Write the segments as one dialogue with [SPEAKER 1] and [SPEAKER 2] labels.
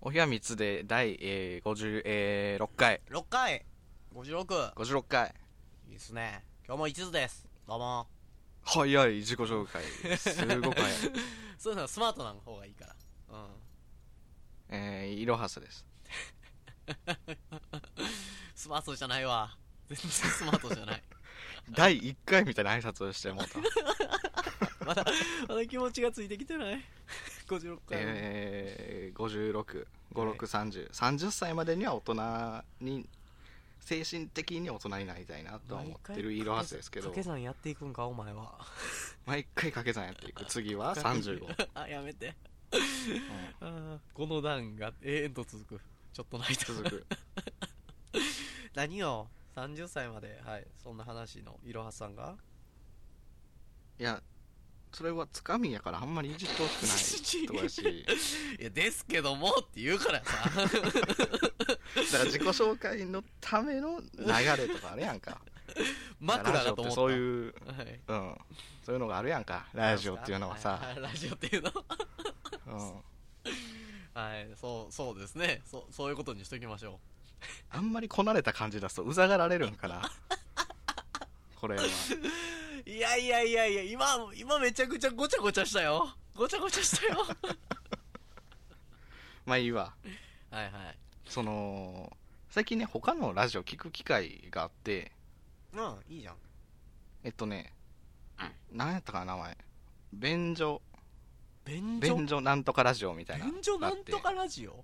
[SPEAKER 1] お部屋3つで第、えー、56、えー、6回、
[SPEAKER 2] 6回 !56!
[SPEAKER 1] 56回。
[SPEAKER 2] いいっすね。今日も一途です。どうも。
[SPEAKER 1] 早い、自己紹介。すごく早い。
[SPEAKER 2] そういうのはスマートな方がいいから。うん。
[SPEAKER 1] えー、いろはすです。
[SPEAKER 2] スマートじゃないわ。全然スマートじゃない。
[SPEAKER 1] 第1回みたいな挨拶をしてもうた。
[SPEAKER 2] まだ、 まだ気持ちがついてきてない。56回。
[SPEAKER 1] えー、56、56、30。30歳までには大人に、精神的に大人になりたいなとは思ってるいろはすですけど
[SPEAKER 2] 掛、け算やっていくんか、お前は。
[SPEAKER 1] 毎回掛け算やっていく。次は35。
[SPEAKER 2] あ、やめて。
[SPEAKER 1] うん
[SPEAKER 2] あーこの段が永遠と続く。ちょっと泣いた。
[SPEAKER 1] 続く。
[SPEAKER 2] 何よ。30歳まで、はい、そんな話のいろはさんが。
[SPEAKER 1] いや、それはつかみやからあんまりいじってほしくないとかや し。
[SPEAKER 2] いや、ですけどもって言うか らさ。
[SPEAKER 1] だから自己紹介のための流れとかあるやんか
[SPEAKER 2] 枕だと思
[SPEAKER 1] ラジオって
[SPEAKER 2] った。
[SPEAKER 1] そういう、
[SPEAKER 2] はい。
[SPEAKER 1] うん、そういうのがあるやんかラジオっていうのはさ、
[SPEAKER 2] いいラジオっていうの
[SPEAKER 1] うん、
[SPEAKER 2] はいそうそうですねそうそういうことにしときましょ
[SPEAKER 1] あんまりこなれた感じ出すとうざがられるんかなこれは
[SPEAKER 2] ういやいやいやいや今今めちゃくちゃごちゃごちゃしたよごちゃごちゃしたよ
[SPEAKER 1] まあいいわ
[SPEAKER 2] はいはい
[SPEAKER 1] その最近ね他のラジオ聞く機会があって
[SPEAKER 2] うんいいじゃん
[SPEAKER 1] えっとね、なんやったかな名前便所
[SPEAKER 2] 便所
[SPEAKER 1] 便所なんとかラジオみたいな
[SPEAKER 2] 便所なんと
[SPEAKER 1] があ
[SPEAKER 2] かラジオ
[SPEAKER 1] っ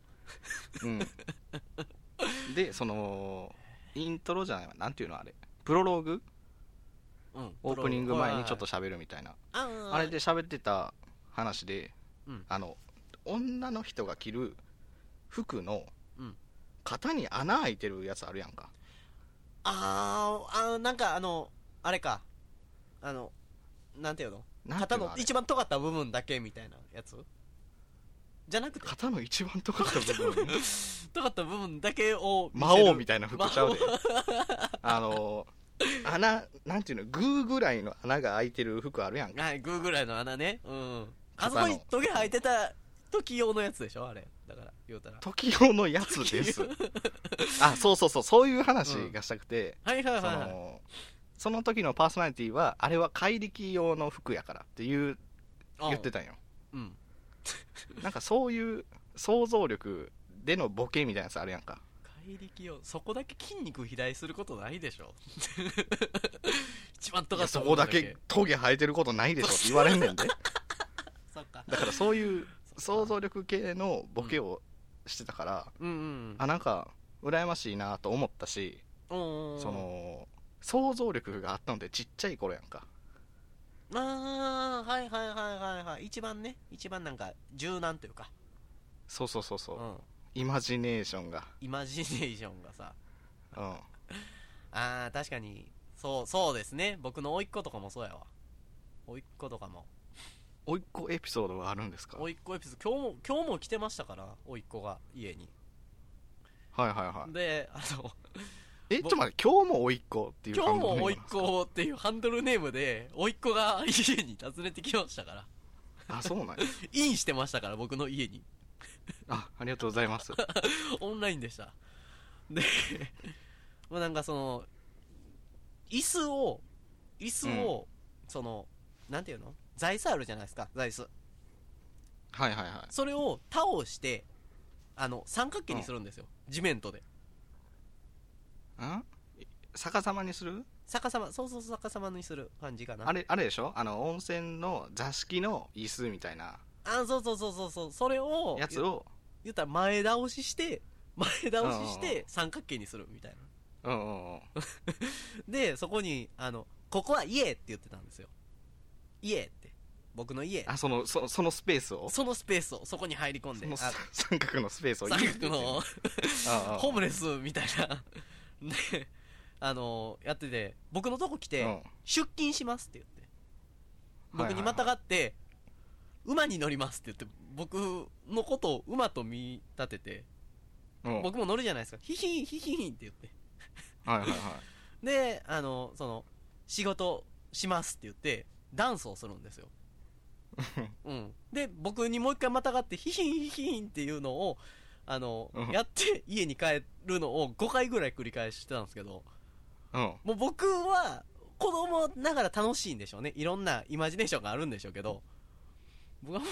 [SPEAKER 1] てうん、でそのイントロじゃないわなんていうのあれプロローグ
[SPEAKER 2] うん
[SPEAKER 1] オープニング前にちょっと喋るみたいな、
[SPEAKER 2] あー
[SPEAKER 1] あれで喋ってた話で、
[SPEAKER 2] うん
[SPEAKER 1] あの女の人が着る服の
[SPEAKER 2] うん
[SPEAKER 1] 型に穴開いてるやつあるやんか
[SPEAKER 2] あーあーなんかあのあれかあのなんていうの
[SPEAKER 1] なんてい
[SPEAKER 2] 肩
[SPEAKER 1] う
[SPEAKER 2] の
[SPEAKER 1] あれ
[SPEAKER 2] 一番尖った部分だけみたいなやつじゃなくて
[SPEAKER 1] 肩の一番尖った部 分
[SPEAKER 2] 尖った部分だけを見せ
[SPEAKER 1] 魔
[SPEAKER 2] る
[SPEAKER 1] 王みたいな服ちゃうであの穴なんていうのグーぐらいの穴が開いてる服あるやんか
[SPEAKER 2] はい、グーぐらいの穴ね。うん。あそ
[SPEAKER 1] 肩の
[SPEAKER 2] こにトゲ生えてた時用のやつでしょあれ。だから、言うたら。
[SPEAKER 1] 時用のやつです あそうそうそうそういう話がしたくて、
[SPEAKER 2] はいはいはい
[SPEAKER 1] そ
[SPEAKER 2] はい。
[SPEAKER 1] のその時のパーソナリティはあれは怪力用の服やからっていう言って
[SPEAKER 2] た。
[SPEAKER 1] たんよ
[SPEAKER 2] うん。
[SPEAKER 1] なんかそういう想像力でのボケみたいなやつあるやんか
[SPEAKER 2] 怪力用。そこだけ筋肉肥大することないでしょ 一番
[SPEAKER 1] い
[SPEAKER 2] 尖
[SPEAKER 1] や
[SPEAKER 2] った
[SPEAKER 1] そ
[SPEAKER 2] 部
[SPEAKER 1] こ
[SPEAKER 2] 分
[SPEAKER 1] だけ。トゲ生えてることないでしょって言われんねんで
[SPEAKER 2] そっか。
[SPEAKER 1] だからそういう想
[SPEAKER 2] 像。
[SPEAKER 1] 像力系のボケをしてたから、
[SPEAKER 2] うんうん。
[SPEAKER 1] あなんか羨ましいなと思ったし、
[SPEAKER 2] うんうん。
[SPEAKER 1] そ。の想像力があったのでちっちゃい頃やんか
[SPEAKER 2] あー、はいはいはいはいはい。一番ね、一番なんか、柔軟というか。
[SPEAKER 1] そうそうそうそうう、
[SPEAKER 2] ん。
[SPEAKER 1] イマジネーションが
[SPEAKER 2] イマジネーションがさ。
[SPEAKER 1] うん
[SPEAKER 2] ああ確かにそうそうですね僕の甥っ子とかもそうやわ甥っ子とかも
[SPEAKER 1] おいっ子エピソードがあるんですかはい
[SPEAKER 2] 甥っ子エピソード今日も今日も来てましたから甥っ子が家に
[SPEAKER 1] はいはい
[SPEAKER 2] であの
[SPEAKER 1] えちょっと待って今日もおいっ子っていう
[SPEAKER 2] 今日も甥
[SPEAKER 1] お
[SPEAKER 2] っ子っていうハンドルネームで甥っ子が家に訪ねてきましたから
[SPEAKER 1] あそうなんや
[SPEAKER 2] インしてましたから僕の家に
[SPEAKER 1] あありがとうございます
[SPEAKER 2] オンラインでしたでまあなんかその椅子を椅子を、そのなんていうの座椅子あるじゃないですか座椅子
[SPEAKER 1] はいはいはい
[SPEAKER 2] それを倒してあの三角形にするんですよ、地面とで
[SPEAKER 1] ん逆さまにする
[SPEAKER 2] 逆さまそうそうそう逆さまにする感じかな
[SPEAKER 1] あれあれでしょあの温泉の座敷の椅子みたいな
[SPEAKER 2] あそうそうそうそうそうそれを
[SPEAKER 1] やつを
[SPEAKER 2] 言ったら前倒しして前倒し
[SPEAKER 1] うんうん
[SPEAKER 2] し
[SPEAKER 1] う
[SPEAKER 2] て三角形にするみたいな
[SPEAKER 1] うんうんうん
[SPEAKER 2] でそこにあの「ここは家」って言ってたんですよ家って僕の家
[SPEAKER 1] あそのそそのスペースを
[SPEAKER 2] そのスペースをそこに入り込ん
[SPEAKER 1] そ
[SPEAKER 2] で
[SPEAKER 1] の
[SPEAKER 2] あ
[SPEAKER 1] さ三角のスペースを
[SPEAKER 2] 三
[SPEAKER 1] いいって
[SPEAKER 2] 角
[SPEAKER 1] 言って
[SPEAKER 2] の
[SPEAKER 1] うんうん
[SPEAKER 2] ホームレスみたいなであのやってて僕のとこ来て、
[SPEAKER 1] うん
[SPEAKER 2] 出勤しますって言って
[SPEAKER 1] はいはいは
[SPEAKER 2] 僕
[SPEAKER 1] い
[SPEAKER 2] にまたがって、馬に乗りますって言って僕のことを馬と見立てて
[SPEAKER 1] うん
[SPEAKER 2] 僕も乗るじゃないですかヒヒンヒヒンって言って
[SPEAKER 1] はいはいはい
[SPEAKER 2] であのその仕事しますって言ってダンスをする んですよ、うん、で僕にもう一回またがってヒヒンヒヒンっていうのをあの
[SPEAKER 1] うん
[SPEAKER 2] やって家に帰るのを5回ぐらい繰り返してたんですけど
[SPEAKER 1] うん
[SPEAKER 2] もう僕は子供ながら楽しいんでしょうねいろんなイマジネーションがあるんでしょうけど僕はもう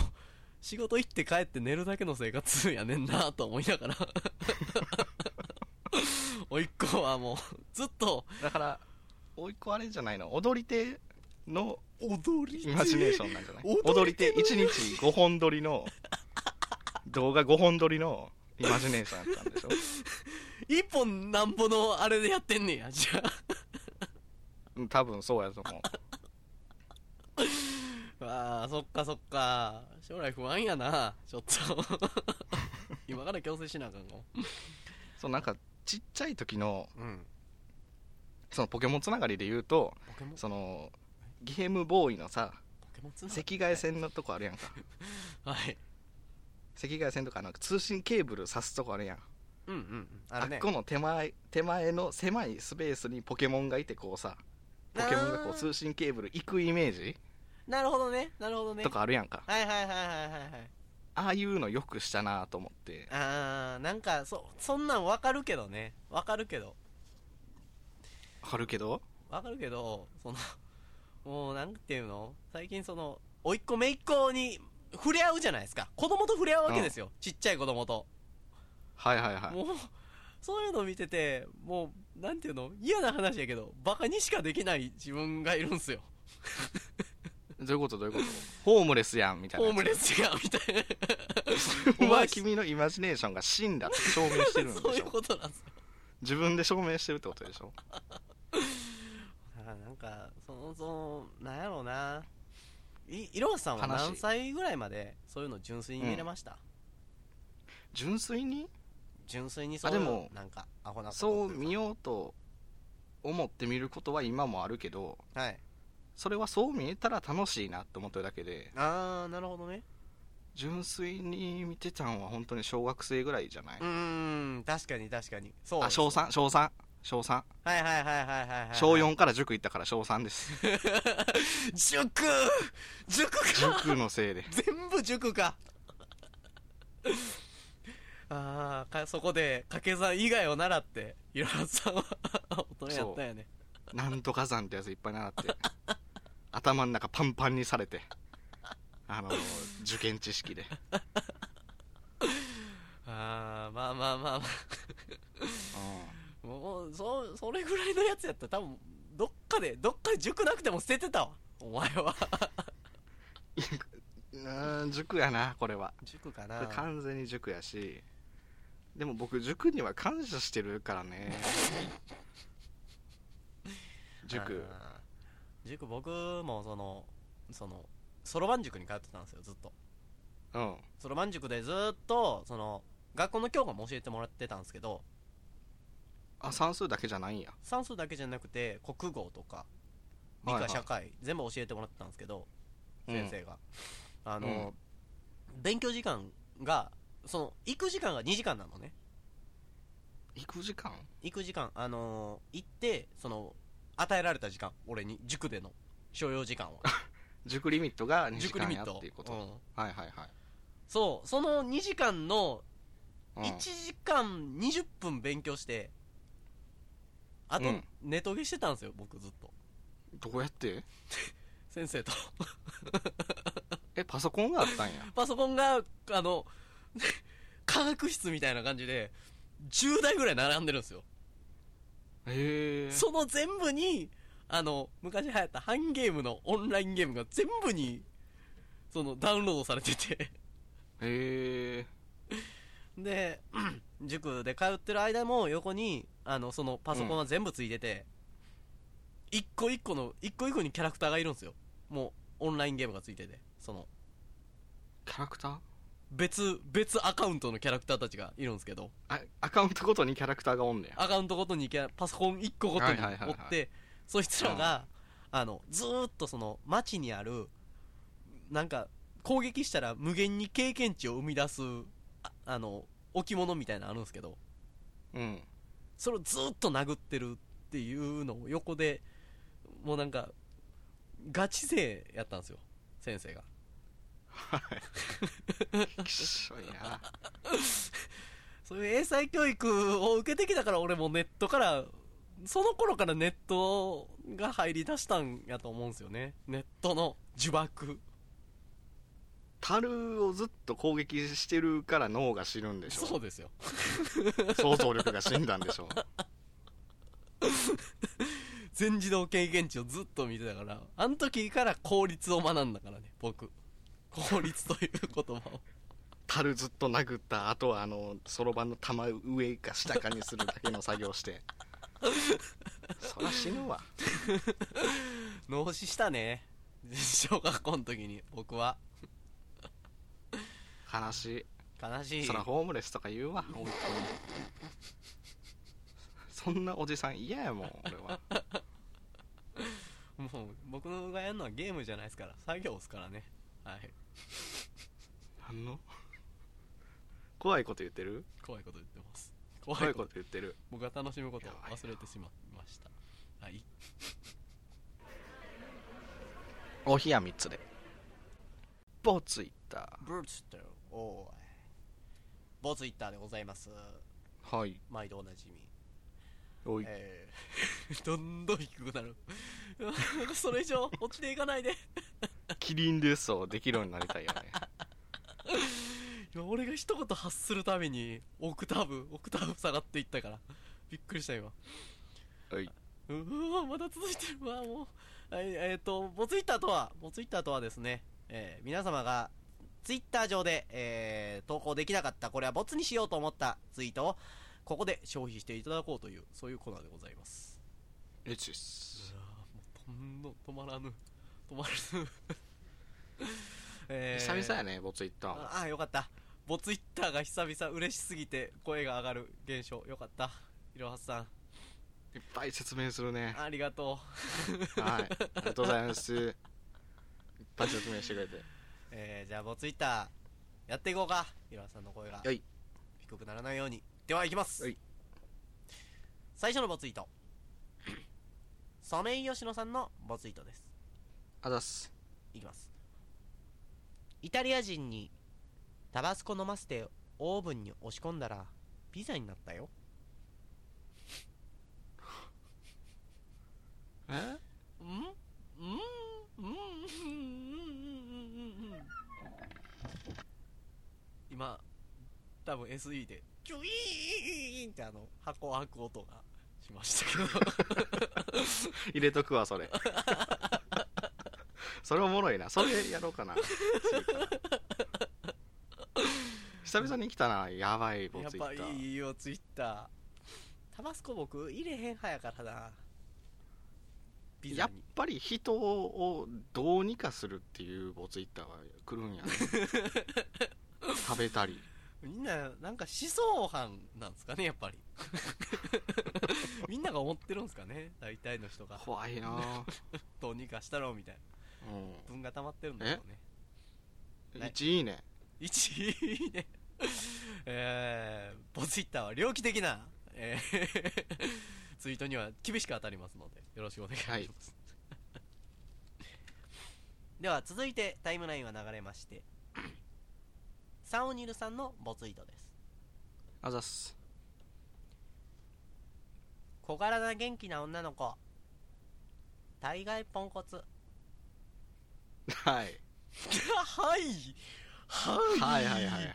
[SPEAKER 2] 仕事行って帰って寝るだけの生活やねんなと思いな がらおいっ子はもうずっと
[SPEAKER 1] だから甥っ子あれじゃないの踊り手の
[SPEAKER 2] 踊り
[SPEAKER 1] イマジネーションなんじゃない
[SPEAKER 2] 踊
[SPEAKER 1] 踊
[SPEAKER 2] り
[SPEAKER 1] り
[SPEAKER 2] 手
[SPEAKER 1] 手1日5本撮りの動画5本撮りのイマジネーションやったんでしょ
[SPEAKER 2] 一本なんぼのあれでやってんねやじゃあ
[SPEAKER 1] うん多分そうやと思う
[SPEAKER 2] ああそっかそっか将来不安やなちょっ と今から強制しなあかんかも
[SPEAKER 1] そうなんかちっちゃい時の
[SPEAKER 2] うん
[SPEAKER 1] そのポケモンつながりで言うと
[SPEAKER 2] ポケモンポ
[SPEAKER 1] そのゲームボーイのさ
[SPEAKER 2] ケモンつなが
[SPEAKER 1] 赤外線のとこあるやんか
[SPEAKER 2] はい
[SPEAKER 1] 赤外線とかなんか通信ケーブル挿すとこあるやん
[SPEAKER 2] うんうんうんあ
[SPEAKER 1] あ
[SPEAKER 2] れ
[SPEAKER 1] っ
[SPEAKER 2] ね
[SPEAKER 1] この手前手前の狭いスペースにポケモンがいてこうさポケモンがこう
[SPEAKER 2] あー
[SPEAKER 1] 通信ケーブル行くイメージ
[SPEAKER 2] なるほどねなるほどね
[SPEAKER 1] とかあるやんか
[SPEAKER 2] はいはいはいはいはいはい
[SPEAKER 1] ああいうのよくしたなと思って
[SPEAKER 2] あーなんかそそんなんわかるけどねわかるけど
[SPEAKER 1] わかるけど
[SPEAKER 2] わかるけどそのもうなんていうの最近その甥っ子姪っ子に触れ合うじゃないですか子供と触れ合うわけですよ、ちっちゃい子供と
[SPEAKER 1] はいはいはい
[SPEAKER 2] もう、そういうのを見てて、もう、なんていうの嫌な話やけど、バカにしかできない自分がいるんすよ。
[SPEAKER 1] どういうことどういうこと ホームレスやんみたいな
[SPEAKER 2] ホー
[SPEAKER 1] やつ
[SPEAKER 2] ムレスや、みたいな。
[SPEAKER 1] お
[SPEAKER 2] お前
[SPEAKER 1] 前君のイマジネーションが死んだって証明してるんでし
[SPEAKER 2] そういう
[SPEAKER 1] ょ
[SPEAKER 2] ことなんですよ。
[SPEAKER 1] 自分で証明してるってことでしょ
[SPEAKER 2] あーなんか、その、その、なんやろうな。い、いろはさんは
[SPEAKER 1] 悲しい
[SPEAKER 2] 何歳ぐらいまで、そういうの純粋に見れました、
[SPEAKER 1] 純粋に
[SPEAKER 2] 純粋にそういう
[SPEAKER 1] あでも
[SPEAKER 2] なんか、アホなこと
[SPEAKER 1] そう
[SPEAKER 2] とい
[SPEAKER 1] 見ようと思って見ることは今もあるけど
[SPEAKER 2] かはい。
[SPEAKER 1] それはそう見えたら楽しいなって思ってるだけで
[SPEAKER 2] あー、なるほどね。
[SPEAKER 1] 純粋に見てたんは本当に小学生ぐらいじゃないう
[SPEAKER 2] ーん、確かに確かに。そうで
[SPEAKER 1] あ
[SPEAKER 2] す。
[SPEAKER 1] 小3小3小3
[SPEAKER 2] はいはいはいはいはい、はい。
[SPEAKER 1] 小。4から塾行ったから小3です
[SPEAKER 2] 塾塾か
[SPEAKER 1] 塾のせいで
[SPEAKER 2] 全部塾か ああかそこで掛け算以外を習っていろはさんは 大人やったよね
[SPEAKER 1] なんとか算ってやついっぱい習って 頭の中パンパンにされてあの受験知識で
[SPEAKER 2] ああまあまあまあま
[SPEAKER 1] う
[SPEAKER 2] あもうそそれぐらいのやつやったら多分どっかでどっかで塾なくても捨ててたわお前は
[SPEAKER 1] んうん塾やなこれは
[SPEAKER 2] 塾か
[SPEAKER 1] こ
[SPEAKER 2] な
[SPEAKER 1] れ完全に塾やしでも僕塾には感謝してるからね塾
[SPEAKER 2] あー塾僕もそのそのそろばん塾に通ってたんですよずっと
[SPEAKER 1] うん
[SPEAKER 2] そろばん塾でずーっとその学校の教科も教えてもらってたんですけど
[SPEAKER 1] あ算数だけじゃないんや
[SPEAKER 2] 算数だけじゃなくて国語とか理
[SPEAKER 1] はいは
[SPEAKER 2] 科
[SPEAKER 1] い
[SPEAKER 2] 社会、全部教えてもらってたんですけど、
[SPEAKER 1] うん
[SPEAKER 2] 先生があの、勉強時間がその行く時間が2時間なのね
[SPEAKER 1] 行く時間
[SPEAKER 2] 行く時間あのー行ってその与えられた時間俺に塾での所要時間は
[SPEAKER 1] 塾リミットが2時
[SPEAKER 2] 塾リ
[SPEAKER 1] 間
[SPEAKER 2] ミ
[SPEAKER 1] や
[SPEAKER 2] ット
[SPEAKER 1] っていうこ
[SPEAKER 2] う
[SPEAKER 1] と
[SPEAKER 2] ん
[SPEAKER 1] はいはいはい
[SPEAKER 2] そうその2時間の
[SPEAKER 1] うん
[SPEAKER 2] 1時間20分勉強してあと、
[SPEAKER 1] うん
[SPEAKER 2] ネトゲしてたんですよ僕ずっと
[SPEAKER 1] どうやって
[SPEAKER 2] 先生と
[SPEAKER 1] えパソコンがあったんや
[SPEAKER 2] パソコンが、あの、 科学室みたいな感じで、10台ぐらい並んでるんですよ。
[SPEAKER 1] へえ
[SPEAKER 2] その全部に、あの、昔流行ったハンゲームのオンラインゲームが全部に、その、ダウンロードされてて。
[SPEAKER 1] へえ
[SPEAKER 2] で、 塾で通ってる間も横に、あの、そのパソコンは全部ついてて、一個一個の、一個一個にキャラクターがいるんですよ。もう、オンラインゲームがついてて、その、
[SPEAKER 1] キャラクター
[SPEAKER 2] 別、別アカウントのキャラクターたちがいるんですけど、
[SPEAKER 1] あアカウントごとにキャラクターがおんねや
[SPEAKER 2] アカウントごとにいけパソコン1個ごとに追って、
[SPEAKER 1] はいはいはいはい
[SPEAKER 2] そいつらが、あのずーっとその街にあるなんか攻撃したら無限に経験値を生み出すああの置物みたいなのあるんですけど
[SPEAKER 1] うん
[SPEAKER 2] それをずーっと殴ってるっていうのを横でもうなんかガチ勢やったんですよ先生が
[SPEAKER 1] きっしょいな
[SPEAKER 2] そういう英才教育を受けてきたから俺もネットから、その頃からネットが入り出したんやと思うんですよね。ネットの呪縛。
[SPEAKER 1] 樽をずっと攻撃してるから脳が死ぬんでし
[SPEAKER 2] そ
[SPEAKER 1] ょ
[SPEAKER 2] うですよ。
[SPEAKER 1] 想像力が死んだんでしょ
[SPEAKER 2] 全自動経験値をずっと見てたから、あの時から効率を学んだからね、僕。効率という言葉を。
[SPEAKER 1] 樽ずっと殴ったあとはあのそろばんの玉上か下かにするだけの作業してそら死ぬわ
[SPEAKER 2] 脳死したね。 小学校の時に、僕は。
[SPEAKER 1] 悲し
[SPEAKER 2] 悲し
[SPEAKER 1] い
[SPEAKER 2] い。
[SPEAKER 1] そらホームレスとか言うわ本当にそんなおじさん嫌やもん俺は
[SPEAKER 2] もう、僕がやるのはゲームじゃないですから、作業ですからね。はい。
[SPEAKER 1] 何の怖いこと言ってる
[SPEAKER 2] 怖いこと言ってます。
[SPEAKER 1] 怖
[SPEAKER 2] 怖
[SPEAKER 1] い
[SPEAKER 2] い
[SPEAKER 1] こ
[SPEAKER 2] こと
[SPEAKER 1] と。言ってる
[SPEAKER 2] 僕が楽しむことを忘れてしまいました。はい。
[SPEAKER 1] お冷や3つでボツイッタ
[SPEAKER 2] ブツって、おーい。ボツイッターでございます。
[SPEAKER 1] ーはい
[SPEAKER 2] 毎度おなじみ。
[SPEAKER 1] おい
[SPEAKER 2] えー どんどん低くなる なんかそれ以上落ちていかないで
[SPEAKER 1] キリンですをできるようになりたいよ ね
[SPEAKER 2] 今俺が一言発するためにオクターブオクターブ下がっていったからびっくりした今
[SPEAKER 1] はいう
[SPEAKER 2] わまだ続いてるわもうはいえっ、とボツイッターとはボツイッターとはですね、えー皆様がツイッター上で、えー投稿できなかったこれはボツにしようと思ったツイートをここで消費していただこうというそういうコーナーでございます
[SPEAKER 1] エッチです
[SPEAKER 2] いやーもうとんど止まらぬ止まらぬ え
[SPEAKER 1] 久々やねボツイッターも
[SPEAKER 2] ああよかったボツイッターが久々嬉しすぎて声が上がる現象よかったいろはさん
[SPEAKER 1] いっぱい説明する ね
[SPEAKER 2] ありがとう、
[SPEAKER 1] はいありがとうございますいっぱい説明してくれて
[SPEAKER 2] えー、じゃあボツイッターやっていこうかいろはさんの声が
[SPEAKER 1] はい
[SPEAKER 2] 低くならないようにではいきます、
[SPEAKER 1] はい
[SPEAKER 2] 最初のボツイートソメイヨシノさんのボツイートです
[SPEAKER 1] あざっす
[SPEAKER 2] いきますイタリア人にタバスコ飲ませてオーブンに押し込んだらピザになったよ
[SPEAKER 1] え
[SPEAKER 2] うんうんうんうんうん今多分 SE でキュイーンってあの箱を開く音がしましたけど
[SPEAKER 1] 入れとくわそ れそれおもろいなそれやろうかな 久々に来たなやばいボ
[SPEAKER 2] やっ
[SPEAKER 1] ツイ
[SPEAKER 2] ぱ
[SPEAKER 1] ッター
[SPEAKER 2] いいよツイッタータバスコ僕入れへん派やからなピ
[SPEAKER 1] や
[SPEAKER 2] ザ
[SPEAKER 1] っ
[SPEAKER 2] に
[SPEAKER 1] ぱり人をどうにかするっていうボツイッターは来るんや ね食べたり
[SPEAKER 2] みんな、なんか思想犯なんですかね、やっぱり。みんなが思ってるんですかね、大体の人が。
[SPEAKER 1] 怖いなぁ、
[SPEAKER 2] どうにかしたろ、みたいな。
[SPEAKER 1] う
[SPEAKER 2] 分が溜まってるんだろうね。
[SPEAKER 1] ん、
[SPEAKER 2] ね
[SPEAKER 1] 1いいね
[SPEAKER 2] 1位ね。えー、ボツイッターは猟奇的な、えーツイートには厳しく当たりますので、よろしくお願いします。
[SPEAKER 1] はい
[SPEAKER 2] では、続いてタイムラインは流れまして、サオニルさんのボツイートです。
[SPEAKER 1] あざっす
[SPEAKER 2] 小柄な元気な女の子大概ポンコツ
[SPEAKER 1] はい
[SPEAKER 2] はいは
[SPEAKER 1] はいは
[SPEAKER 2] い
[SPEAKER 1] いはいはい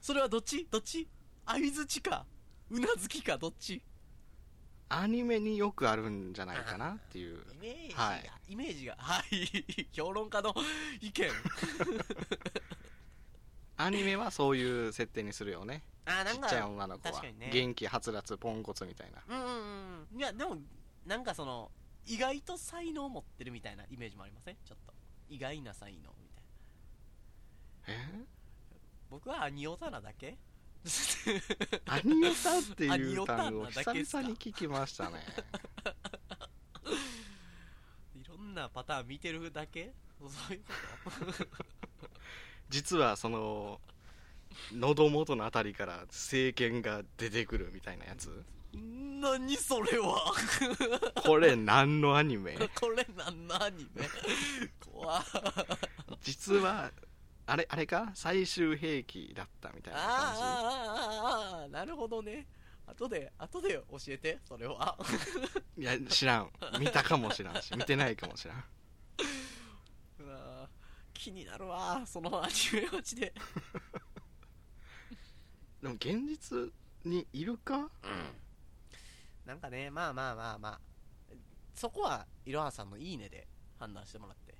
[SPEAKER 2] それはどっちどっち相づちかうなずきかどっちイ
[SPEAKER 1] アニメによくあるんじゃないかなっていう
[SPEAKER 2] メージが、
[SPEAKER 1] はい
[SPEAKER 2] イメージがはい 評論家の意 見
[SPEAKER 1] アニメはそういう設定にするよね
[SPEAKER 2] あ
[SPEAKER 1] ちっちゃい女の子
[SPEAKER 2] 確
[SPEAKER 1] は
[SPEAKER 2] かにね
[SPEAKER 1] 元気はつらつポンコツみたいな
[SPEAKER 2] うんうんうんいやでもなんかその意外と才能持ってるみたいなイメージもありませんちょっと意外な才能みたいな
[SPEAKER 1] え
[SPEAKER 2] 僕はアニオタなだけ
[SPEAKER 1] アニオタって
[SPEAKER 2] ア
[SPEAKER 1] い
[SPEAKER 2] ニオ
[SPEAKER 1] う
[SPEAKER 2] タなだ
[SPEAKER 1] 単語を
[SPEAKER 2] けっす
[SPEAKER 1] 久
[SPEAKER 2] か
[SPEAKER 1] 々に聞きましたね
[SPEAKER 2] いろんなパターン見てるだけそういうこと
[SPEAKER 1] 実はその喉元のあたりから政権が出てくるみたいなやつ
[SPEAKER 2] 何それは
[SPEAKER 1] これ何のアニメ
[SPEAKER 2] これ何のアニメ怖
[SPEAKER 1] 実はあれあれか最終兵器だったみたいな感
[SPEAKER 2] あーあーあーあーあーなるほどね後で後で教えてそれは
[SPEAKER 1] じいや知らん見たかもしらんし見てないかもしらん
[SPEAKER 2] うわー気になるわーそのアニメマジで
[SPEAKER 1] でも現実にいるか
[SPEAKER 2] なんかねまあまあまあまあそこはいろはさんの「いいね」で判断してもらって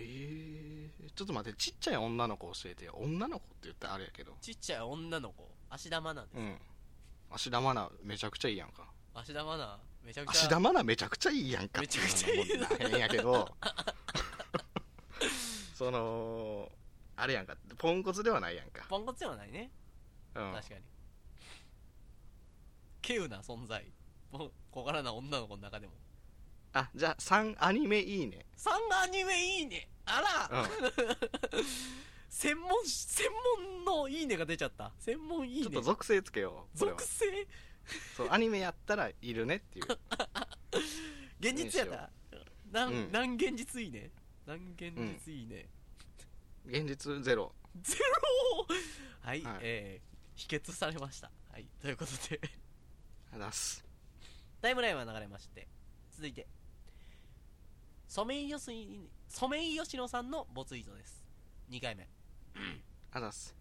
[SPEAKER 1] えー、ちょっと待ってちっちゃい女の子教えてよ女の子って言ったらあれやけど
[SPEAKER 2] ちっちゃい女の子芦田愛菜で
[SPEAKER 1] う
[SPEAKER 2] す
[SPEAKER 1] ん芦田愛菜めちゃくちゃいいやんか
[SPEAKER 2] 芦田愛菜めちゃくちゃ
[SPEAKER 1] 芦田愛菜めちゃくちゃいいやんか
[SPEAKER 2] めちゃくちゃいい
[SPEAKER 1] ってうのもなんやけど そのあれやんかポンコツではないやんか、
[SPEAKER 2] ポンコツではないね、
[SPEAKER 1] うん、
[SPEAKER 2] 確かに稀有な存在もう小柄な女の子の中でも
[SPEAKER 1] あじゃあ3アニメいいね
[SPEAKER 2] 3アニメいいねあら、
[SPEAKER 1] うん
[SPEAKER 2] 専門専門のいいねが出ちゃった専門いい
[SPEAKER 1] ちょ
[SPEAKER 2] ね
[SPEAKER 1] っと属性つけようこれは
[SPEAKER 2] 属性
[SPEAKER 1] そうアニメやったらいるねっていう
[SPEAKER 2] 現実やったなん、
[SPEAKER 1] うん
[SPEAKER 2] なん現実いいねなん現実いいね、
[SPEAKER 1] 現実ゼロ
[SPEAKER 2] ゼロはい、
[SPEAKER 1] はい
[SPEAKER 2] えー、否決されましたはいということで
[SPEAKER 1] 出す
[SPEAKER 2] タイムラインは流れまして続いてソメイヨシソメイヨシノさんのボツイートです2回目
[SPEAKER 1] あ出す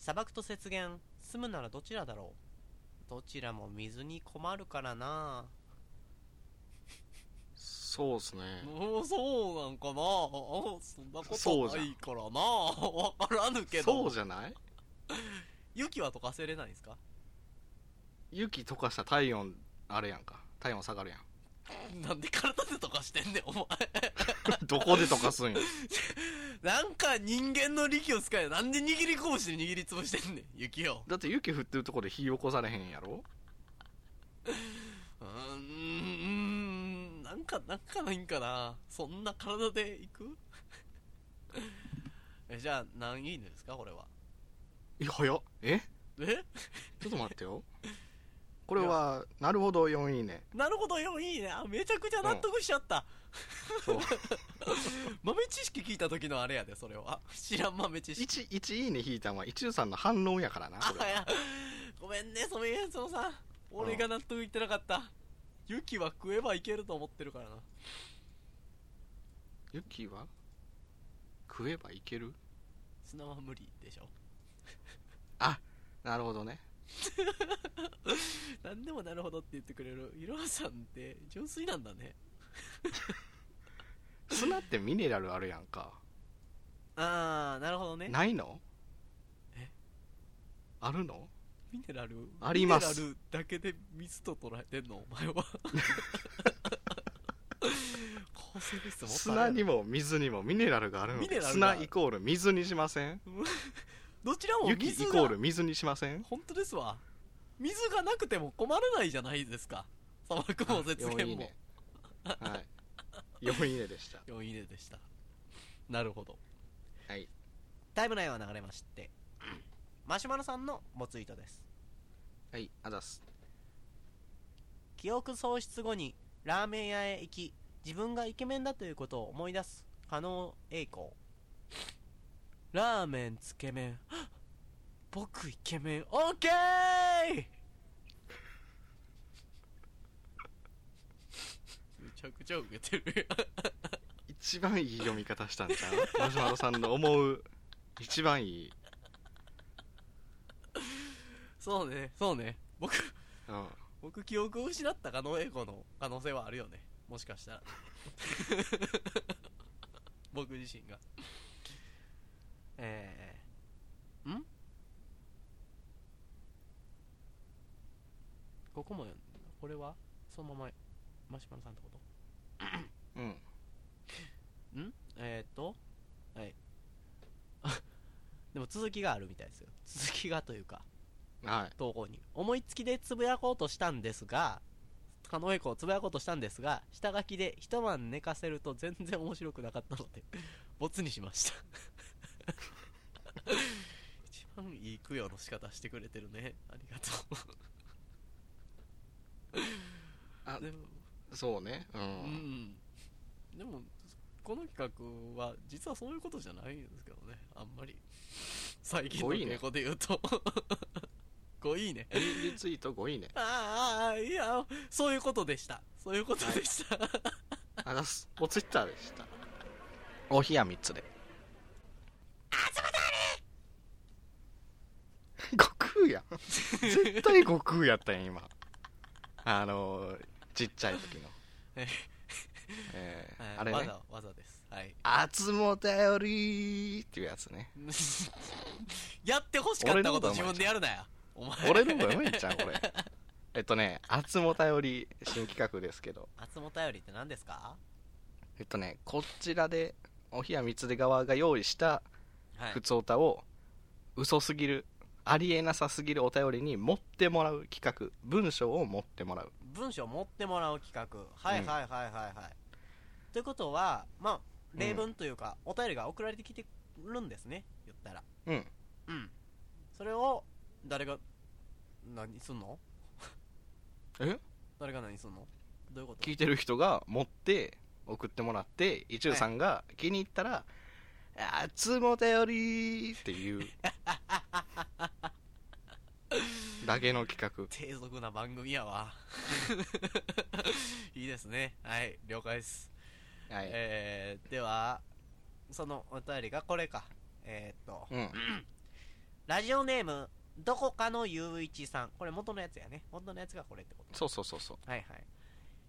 [SPEAKER 2] 砂漠と雪原住むならどちらだろうどちらも水に困るからな
[SPEAKER 1] そうっすね
[SPEAKER 2] もうそうなんかなそんな
[SPEAKER 1] そ
[SPEAKER 2] こ
[SPEAKER 1] う
[SPEAKER 2] と
[SPEAKER 1] じゃ
[SPEAKER 2] なんいからなわからぬけ
[SPEAKER 1] そ
[SPEAKER 2] ど
[SPEAKER 1] うじゃない
[SPEAKER 2] 雪は溶かせれないんですか
[SPEAKER 1] 雪溶かしたら体温あれやんか体温下がるやん
[SPEAKER 2] なんで体で溶かしてんねんお前
[SPEAKER 1] どこで溶かすんや
[SPEAKER 2] なんか人間の力を使えなんで握り拳で握りつぶしてんねん雪を
[SPEAKER 1] だって雪降ってるとこで火起こされへんやろ
[SPEAKER 2] うーんうーんなんかなんかないんかなそんな体でいく えじゃあ何いいんですかこれはい
[SPEAKER 1] や早っえ
[SPEAKER 2] え
[SPEAKER 1] ちょっと待ってよこれはなるほど4いいね
[SPEAKER 2] なるほどよいいねあめちゃくちゃ納得しちゃった、
[SPEAKER 1] そう
[SPEAKER 2] 豆知識聞いた時のあれやでそれは知らん豆知識
[SPEAKER 1] 1, 1いいね引いたんは一途さんの反論やからな
[SPEAKER 2] あ
[SPEAKER 1] これはい
[SPEAKER 2] やごめんねソメイヨシノさん俺が納得いってなかった、雪は食えばいけると思ってるからな
[SPEAKER 1] 雪は食えばいける
[SPEAKER 2] 砂は無理でしょ
[SPEAKER 1] なるほどね
[SPEAKER 2] 何でもなるほどって言ってくれるいろはさんって純粋なんだね
[SPEAKER 1] 砂ってミネラルあるやんか
[SPEAKER 2] ああなるほどね
[SPEAKER 1] ないの
[SPEAKER 2] え
[SPEAKER 1] あるの
[SPEAKER 2] ミネラル
[SPEAKER 1] あります
[SPEAKER 2] ミネラルだけで水と捉えてんのお前 は構成ですもっとあ
[SPEAKER 1] 砂
[SPEAKER 2] れ
[SPEAKER 1] に
[SPEAKER 2] や
[SPEAKER 1] も水にもミネラルがあるの
[SPEAKER 2] ミネラルが
[SPEAKER 1] 砂イコール水にしません
[SPEAKER 2] どちらも
[SPEAKER 1] 雪イ
[SPEAKER 2] 水が
[SPEAKER 1] コール水にしません
[SPEAKER 2] 本当ですわ水がなくても困らないじゃないですか砂漠も絶
[SPEAKER 1] 4
[SPEAKER 2] 縁
[SPEAKER 1] いい
[SPEAKER 2] も
[SPEAKER 1] ねはい4いいねでした
[SPEAKER 2] 4いいねでしたなるほど
[SPEAKER 1] はい
[SPEAKER 2] タイムラインは流れましてマシュマロさんのモツイートです
[SPEAKER 1] はいあざっす
[SPEAKER 2] 記憶喪失後にラーメン屋へ行き自分がイケメンだということを思い出す加納栄光ラーメンつけ麺 はっ僕イケメンオッケーめちゃくちゃウケてるやん
[SPEAKER 1] 一番いい読み方したんちゃう マシュマロさんの思う一番いい、
[SPEAKER 2] そうねそうね僕
[SPEAKER 1] うん、
[SPEAKER 2] 僕記憶を失った加納栄光の可能性はあるよねもしかした ら僕自身がえー、んここも読んこれはそのままマシュマロさんってこと
[SPEAKER 1] うん、
[SPEAKER 2] んえー、っとはい あでも続きがあるみたいですよ続きがというか
[SPEAKER 1] はい
[SPEAKER 2] 投稿に思いつきでつぶやこうとしたんですが狩野英孝をつぶやこうとしたんですが下書きで一晩寝かせると全然面白くなかったので ボツにしました 一番いい供養の仕方してくれてるねありがとう
[SPEAKER 1] あ
[SPEAKER 2] でも
[SPEAKER 1] そうねう、
[SPEAKER 2] うんんでもこの企画は実はそういうことじゃないんですけどねあんまり最近の
[SPEAKER 1] ごいいね
[SPEAKER 2] 傾向で言うと ごいいね
[SPEAKER 1] リツイート5いいね
[SPEAKER 2] ああああいやそういうことでしたそういうこと でした、
[SPEAKER 1] あざすおツイッターでしたお冷や3つであつまたね悟空やん絶対悟空やったんや今あのーちっちゃい時の
[SPEAKER 2] え
[SPEAKER 1] えー
[SPEAKER 2] はい
[SPEAKER 1] あれ
[SPEAKER 2] わ
[SPEAKER 1] ね
[SPEAKER 2] ざわざですはい
[SPEAKER 1] 「あつもたより」っていうやつね
[SPEAKER 2] やってほしかったこ
[SPEAKER 1] 俺のこと
[SPEAKER 2] と
[SPEAKER 1] は
[SPEAKER 2] 自分でやるなよお 前
[SPEAKER 1] 俺の方がうまいんちゃうこれえっとね「あつもたより」新企画ですけど
[SPEAKER 2] 松本よりって何ですか
[SPEAKER 1] えっとねこちらでお冷や三つで側が用意した
[SPEAKER 2] はい
[SPEAKER 1] ふつおたを嘘すぎるありえなさすぎるお便りに持ってもらう企画文章を持ってもらう
[SPEAKER 2] 文章持ってもらう企画はいはいはいはいはい、ということはまあ例文というか、お便りが送られてきてるんですね言ったら
[SPEAKER 1] うん
[SPEAKER 2] うんそれを誰が何すんの
[SPEAKER 1] え
[SPEAKER 2] 誰が何すんのどういうこと
[SPEAKER 1] 聞いてる人が持って送ってもらって一応さんが気に入ったら「あつもたより」っていう だけの企画
[SPEAKER 2] 低俗な番組やわ いいですねはい了解です、
[SPEAKER 1] はい、
[SPEAKER 2] えー、ではそのお便りがこれかえー、っと
[SPEAKER 1] うん
[SPEAKER 2] ラジオネームどこかのゆういちさんこれ元のやつやね元のやつがこれってこと
[SPEAKER 1] そうそうそうそう
[SPEAKER 2] はいはい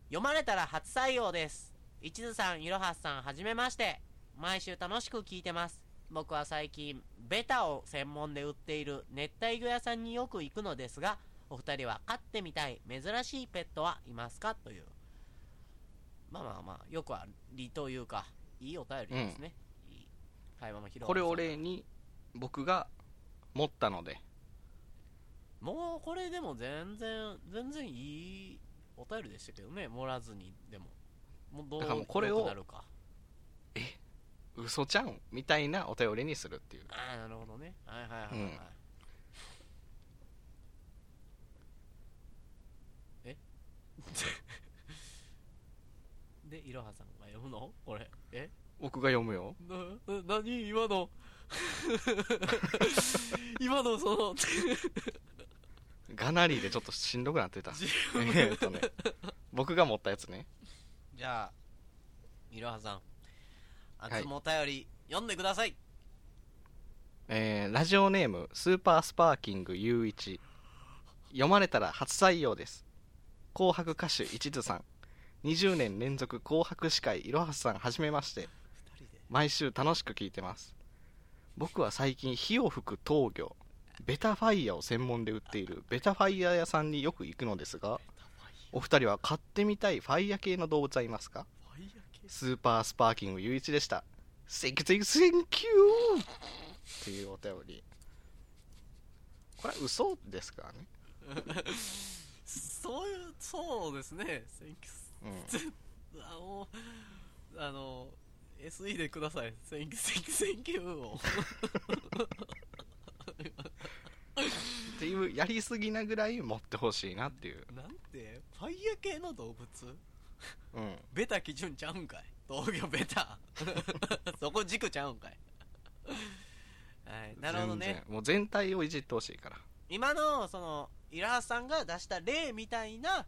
[SPEAKER 2] 読まれたら初採用です一途さんいろはさんはじめまして毎週楽しく聞いてます僕は最近ベタを専門で売っている熱帯魚屋さんによく行くのですがお二人は飼ってみたい珍しいペットはいますかというまあまあまあよくありというかいいお便りですね、いい会話も広
[SPEAKER 1] これを例に僕が持ったので
[SPEAKER 2] もうこれでも全然全然いいお便りでしたけどね盛らずにでももうどう
[SPEAKER 1] だからもうこれを
[SPEAKER 2] どうなるか
[SPEAKER 1] 嘘ちゃうんみたいなお便りにするっていう
[SPEAKER 2] ああなるほどねはいはいはいはい、
[SPEAKER 1] うん
[SPEAKER 2] え でいろはさんが読むのこれえ
[SPEAKER 1] 僕が読むよ
[SPEAKER 2] なな何今の 今のその
[SPEAKER 1] がなりでちょっとしんどくなってたえーっとね僕が持ったやつね
[SPEAKER 2] じゃあいろはさんあ
[SPEAKER 1] はい
[SPEAKER 2] つもお便り読んでください
[SPEAKER 1] えーラジオネームスーパースパーキングゆういち読まれたら初採用です紅白歌手一途さん20年連続紅白司会いろはさんはじめまして
[SPEAKER 2] 二人で
[SPEAKER 1] 毎週楽しく聞いてます僕は最近火を吹く陶魚ベタファイヤーを専門で売っているベタファイヤー屋さんによく行くのですがお二人は買ってみたいファイヤー系の動物はいますか
[SPEAKER 2] ファイヤー系
[SPEAKER 1] スーパースパーキングゆういちでした「セキセキセンキュー!」っていうお便りこれは嘘ですからね、
[SPEAKER 2] そういうそうですね選挙
[SPEAKER 1] うん、
[SPEAKER 2] あのあの SE でください選挙選挙選挙を
[SPEAKER 1] っていうやりすぎなぐらい持ってほしいなっていう、
[SPEAKER 2] なんてファイヤー系の動物
[SPEAKER 1] うん、
[SPEAKER 2] ベタ基準ちゃうんかい東京ベタそこ軸ちゃうんかいはいなるほど
[SPEAKER 1] 全
[SPEAKER 2] ね
[SPEAKER 1] 然もう全体をいじってほしいから、
[SPEAKER 2] 今のそのイラハさんが出した例みたいな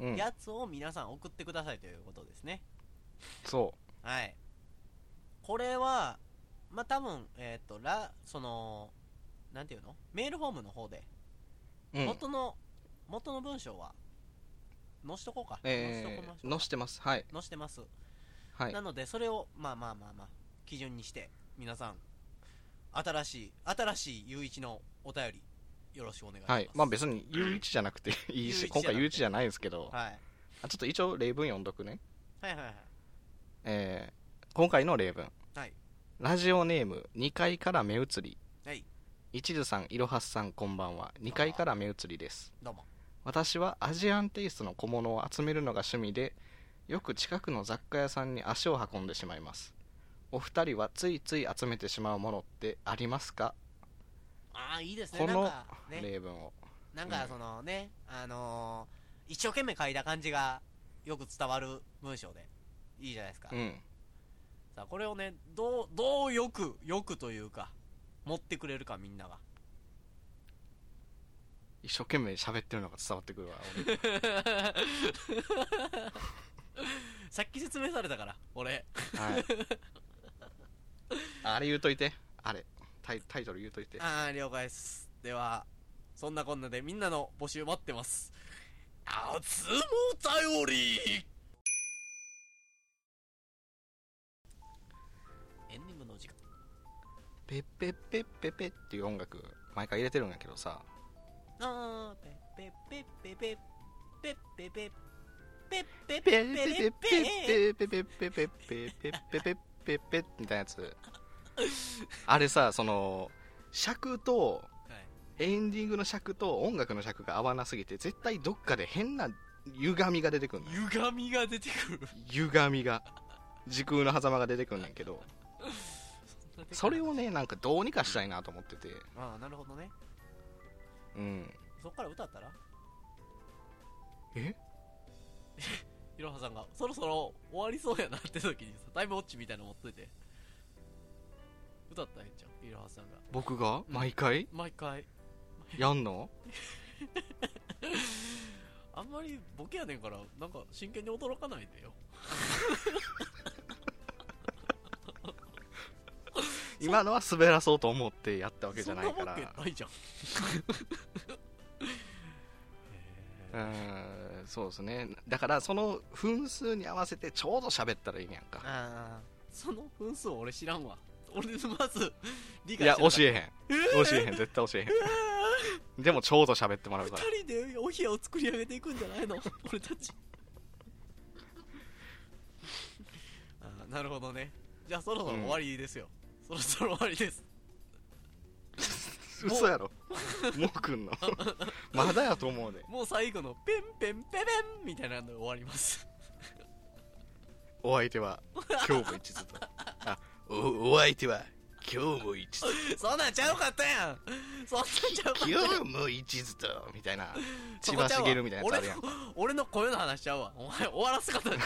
[SPEAKER 1] うん、
[SPEAKER 2] やつを皆さん送ってくださいということですね、
[SPEAKER 1] そ
[SPEAKER 2] はい。これは、まあ、多分、えっ、と、ら、その、なんていうのメールフォームの方で、
[SPEAKER 1] う、うん
[SPEAKER 2] 元の、元の文章は、載しとこうか。載し
[SPEAKER 1] え
[SPEAKER 2] とこま
[SPEAKER 1] ー、
[SPEAKER 2] しょうか
[SPEAKER 1] のしてますはい
[SPEAKER 2] 載してます。
[SPEAKER 1] はい
[SPEAKER 2] なので、それを、まあまあまあまあ、基準にして、皆さん、新しい、新しい雄一のお便り、よろしくお願いします。
[SPEAKER 1] はいまあ別にゆういちじゃなく ていい
[SPEAKER 2] ゆういちじゃなく
[SPEAKER 1] して今回ゆういちじゃないんですけど、
[SPEAKER 2] はい。
[SPEAKER 1] あちょっと一応例文読んどくね
[SPEAKER 2] はいはいはい。
[SPEAKER 1] えー今回の例文
[SPEAKER 2] はい。
[SPEAKER 1] ラジオネーム2階から目移り
[SPEAKER 2] はい。
[SPEAKER 1] 一途さんいろはさんこんばんは2階から目移りです
[SPEAKER 2] どうも。
[SPEAKER 1] 私はアジアンテイストの小物を集めるのが趣味でよく近くの雑貨屋さんに足を運んでしまいますお二人はついつい集めてしまうものってありますか
[SPEAKER 2] ああ、いいですね。
[SPEAKER 1] こ
[SPEAKER 2] なん
[SPEAKER 1] の
[SPEAKER 2] か、ね。
[SPEAKER 1] 例文を
[SPEAKER 2] なんか
[SPEAKER 1] うん
[SPEAKER 2] そのね、あのー一生懸命書いた感じがよく伝わる文章でいいじゃないですか、
[SPEAKER 1] うん
[SPEAKER 2] さあこれをねどうどうよくよくというか持ってくれるかみん なが
[SPEAKER 1] 一生懸命喋ってるのが伝わってくるわ俺
[SPEAKER 2] さっき説明されたから俺
[SPEAKER 1] はいあれ言うといてあれタイタイトル言うといて
[SPEAKER 2] ああ了解ですではそんなこんなでみんなの募集待ってます熱も頼りエンディングのお時間
[SPEAKER 1] ペッペッペッペッペッっていう音楽毎回入れてるんやけどさ
[SPEAKER 2] あーペッペッペッペッペッペッペッペッペ
[SPEAKER 1] ペ
[SPEAKER 2] ッペ
[SPEAKER 1] ッ
[SPEAKER 2] ッペ
[SPEAKER 1] ペ
[SPEAKER 2] ッ
[SPEAKER 1] ッペ
[SPEAKER 2] ペッペッ
[SPEAKER 1] ッペッペッペッペッペッペッペッペッペッペッみたいなやつあれさその尺と
[SPEAKER 2] はい
[SPEAKER 1] エンディングの尺と音楽の尺が合わなすぎて絶対どっかで変な歪みが出てくるのよ
[SPEAKER 2] 歪みが出てくる
[SPEAKER 1] 歪みが時空の狭間が出てくるんだけどそれ
[SPEAKER 2] を
[SPEAKER 1] をねなんかどうにかしたいなと思ってて
[SPEAKER 2] ああなるほどね
[SPEAKER 1] うん
[SPEAKER 2] そっから歌ったら
[SPEAKER 1] え
[SPEAKER 2] いろはさんがそろそろ終わりそうやなって時にさタイムウォッチみたいなの持っといて歌ったらええんちゃういろはさんが
[SPEAKER 1] 僕が毎回
[SPEAKER 2] 毎回
[SPEAKER 1] やんの
[SPEAKER 2] あんまりボケやねんからなんか真剣に驚かないでよ
[SPEAKER 1] 今のは滑らそうと思ってやったわけじ
[SPEAKER 2] そ
[SPEAKER 1] ゃ
[SPEAKER 2] ん
[SPEAKER 1] な
[SPEAKER 2] ないボ
[SPEAKER 1] か
[SPEAKER 2] ケ
[SPEAKER 1] ら
[SPEAKER 2] ないじゃん
[SPEAKER 1] う
[SPEAKER 2] へー
[SPEAKER 1] んそうですねだからその分数に合わせてちょうど喋ったらいいんやんか
[SPEAKER 2] あーその分数俺知らんわ俺まず理
[SPEAKER 1] い
[SPEAKER 2] 解
[SPEAKER 1] や
[SPEAKER 2] し
[SPEAKER 1] 教
[SPEAKER 2] てなかった
[SPEAKER 1] えへん教えへん絶対教え へんでもちょうど喋ってもらうから
[SPEAKER 2] 二人でお部屋を作り上げていくんじゃないの俺たちあーなるほどねじゃあそろそろ終わりですよ、そろそろ終わりです
[SPEAKER 1] 嘘やろもうくんの まだやと思うで
[SPEAKER 2] もう最後のペンペンペペンみたいなので終わります
[SPEAKER 1] お相手は今日も一途と あおお相手は今日も一途
[SPEAKER 2] そんなんちゃうかったやんそんなんちゃうかったやん
[SPEAKER 1] 今日も一途とみたいな
[SPEAKER 2] そ
[SPEAKER 1] 千
[SPEAKER 2] こ
[SPEAKER 1] 葉
[SPEAKER 2] ちゃうわ
[SPEAKER 1] 茂みたいなやつあるやん
[SPEAKER 2] 俺の俺の声の話ちゃうわお前終わらせ方じゃん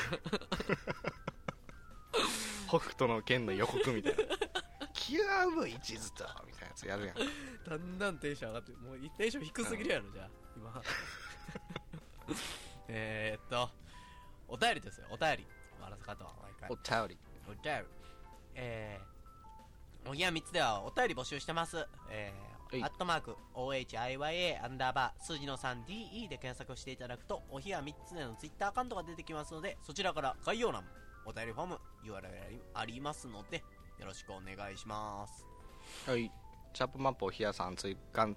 [SPEAKER 1] 北斗の剣の予告みたいな今日も一途とみたいなやつやるやん
[SPEAKER 2] だんだんテンション上がってもうテンション低すぎるやろじゃあ 今えーっとお便りですよお便り終わらせ方は毎回
[SPEAKER 1] おたおり
[SPEAKER 2] お便りえーおぎやみつではお便り募集してます。え
[SPEAKER 1] はい
[SPEAKER 2] ー、アットマーク、OHIYA、アンダーバー、数字の 3DE で検索していただくと、おぎやみつでのツイッターアカウントが出てきますので、そちらから概要欄、お便りフォーム、URL ありますので、よろしくお願いします。
[SPEAKER 1] はいチャップマンポーヒヤさん追加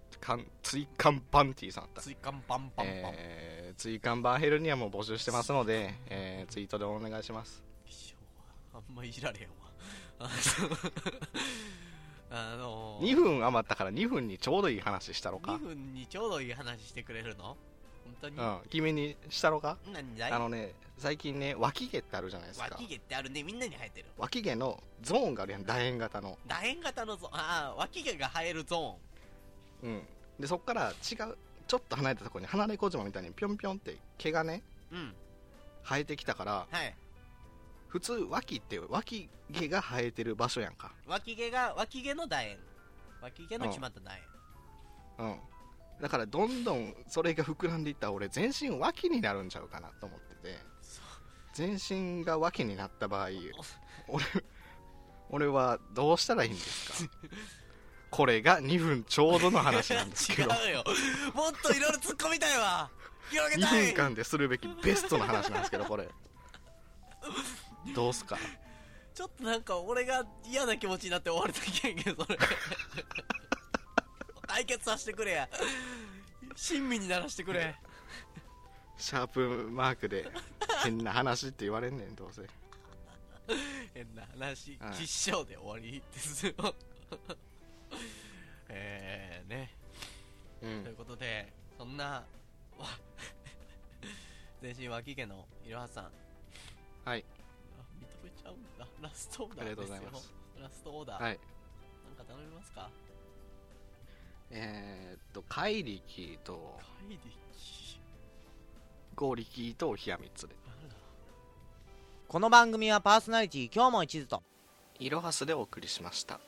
[SPEAKER 1] 追加パンティさんだ
[SPEAKER 2] 追加パンパンパン。
[SPEAKER 1] えー、追加バンヘルニアも募集してますので、えーツイートでお願いします
[SPEAKER 2] 一生はあんまいじられへんわ。あそうあのー、
[SPEAKER 1] 2分余ったから2分にちょうどいい話したろ
[SPEAKER 2] 2
[SPEAKER 1] か
[SPEAKER 2] 分にちょうどいい話してくれるの本当に、
[SPEAKER 1] うん君にしたろか
[SPEAKER 2] 何だい
[SPEAKER 1] あのね最近ね脇毛ってあるじゃないですか
[SPEAKER 2] 脇毛ってあるねみんなに生えてる
[SPEAKER 1] 脇毛のゾーンがあるやん楕円型の
[SPEAKER 2] 楕円型のゾーンああ脇毛が生えるゾ
[SPEAKER 1] うんでそっから違うちょっと離れたところに離れ小島みたいにぴょんぴょんって毛がね
[SPEAKER 2] ーンうん
[SPEAKER 1] 生えてきたから
[SPEAKER 2] はい
[SPEAKER 1] 普通脇って脇毛が生えてる場所やんか
[SPEAKER 2] 脇毛が脇毛の楕円脇毛の
[SPEAKER 1] うん
[SPEAKER 2] 決まった楕円
[SPEAKER 1] うんだからどんどんそれが膨らんでいったら俺全身脇になるんちゃうかなと思ってて
[SPEAKER 2] そ
[SPEAKER 1] 全身が脇になった場合俺俺はどうしたらいいんですかこれが2分ちょうどの話なんですけど
[SPEAKER 2] 違うよもっといろいろ突っ込みたいわ広げ
[SPEAKER 1] 2
[SPEAKER 2] たい
[SPEAKER 1] 分間でするべきベストの話なんですけどこれどうすか
[SPEAKER 2] ちょっとなんか俺が嫌な気持ちになって終わるときやんけど それ解決させてくれや親身にならしてくれ
[SPEAKER 1] シャープマークで変な話って言われんねんどうせ
[SPEAKER 2] 変な話
[SPEAKER 1] はい
[SPEAKER 2] 吉祥で終わりですよ えーね
[SPEAKER 1] う
[SPEAKER 2] というんことでそんなわ 全身脇毛のいろはさんあ
[SPEAKER 1] はい
[SPEAKER 2] 認めちゃうんだラストオーダ
[SPEAKER 1] あり
[SPEAKER 2] ー
[SPEAKER 1] がと
[SPEAKER 2] で
[SPEAKER 1] うご
[SPEAKER 2] すよ
[SPEAKER 1] ざいます
[SPEAKER 2] ラストオーダー、
[SPEAKER 1] はい
[SPEAKER 2] なんか頼みますか
[SPEAKER 1] えー、っと怪力と
[SPEAKER 2] 怪力
[SPEAKER 1] 合力と冷やみつで
[SPEAKER 2] あら
[SPEAKER 3] この番組はパーソナリティ今日も一途と
[SPEAKER 1] いろはすでお送りしました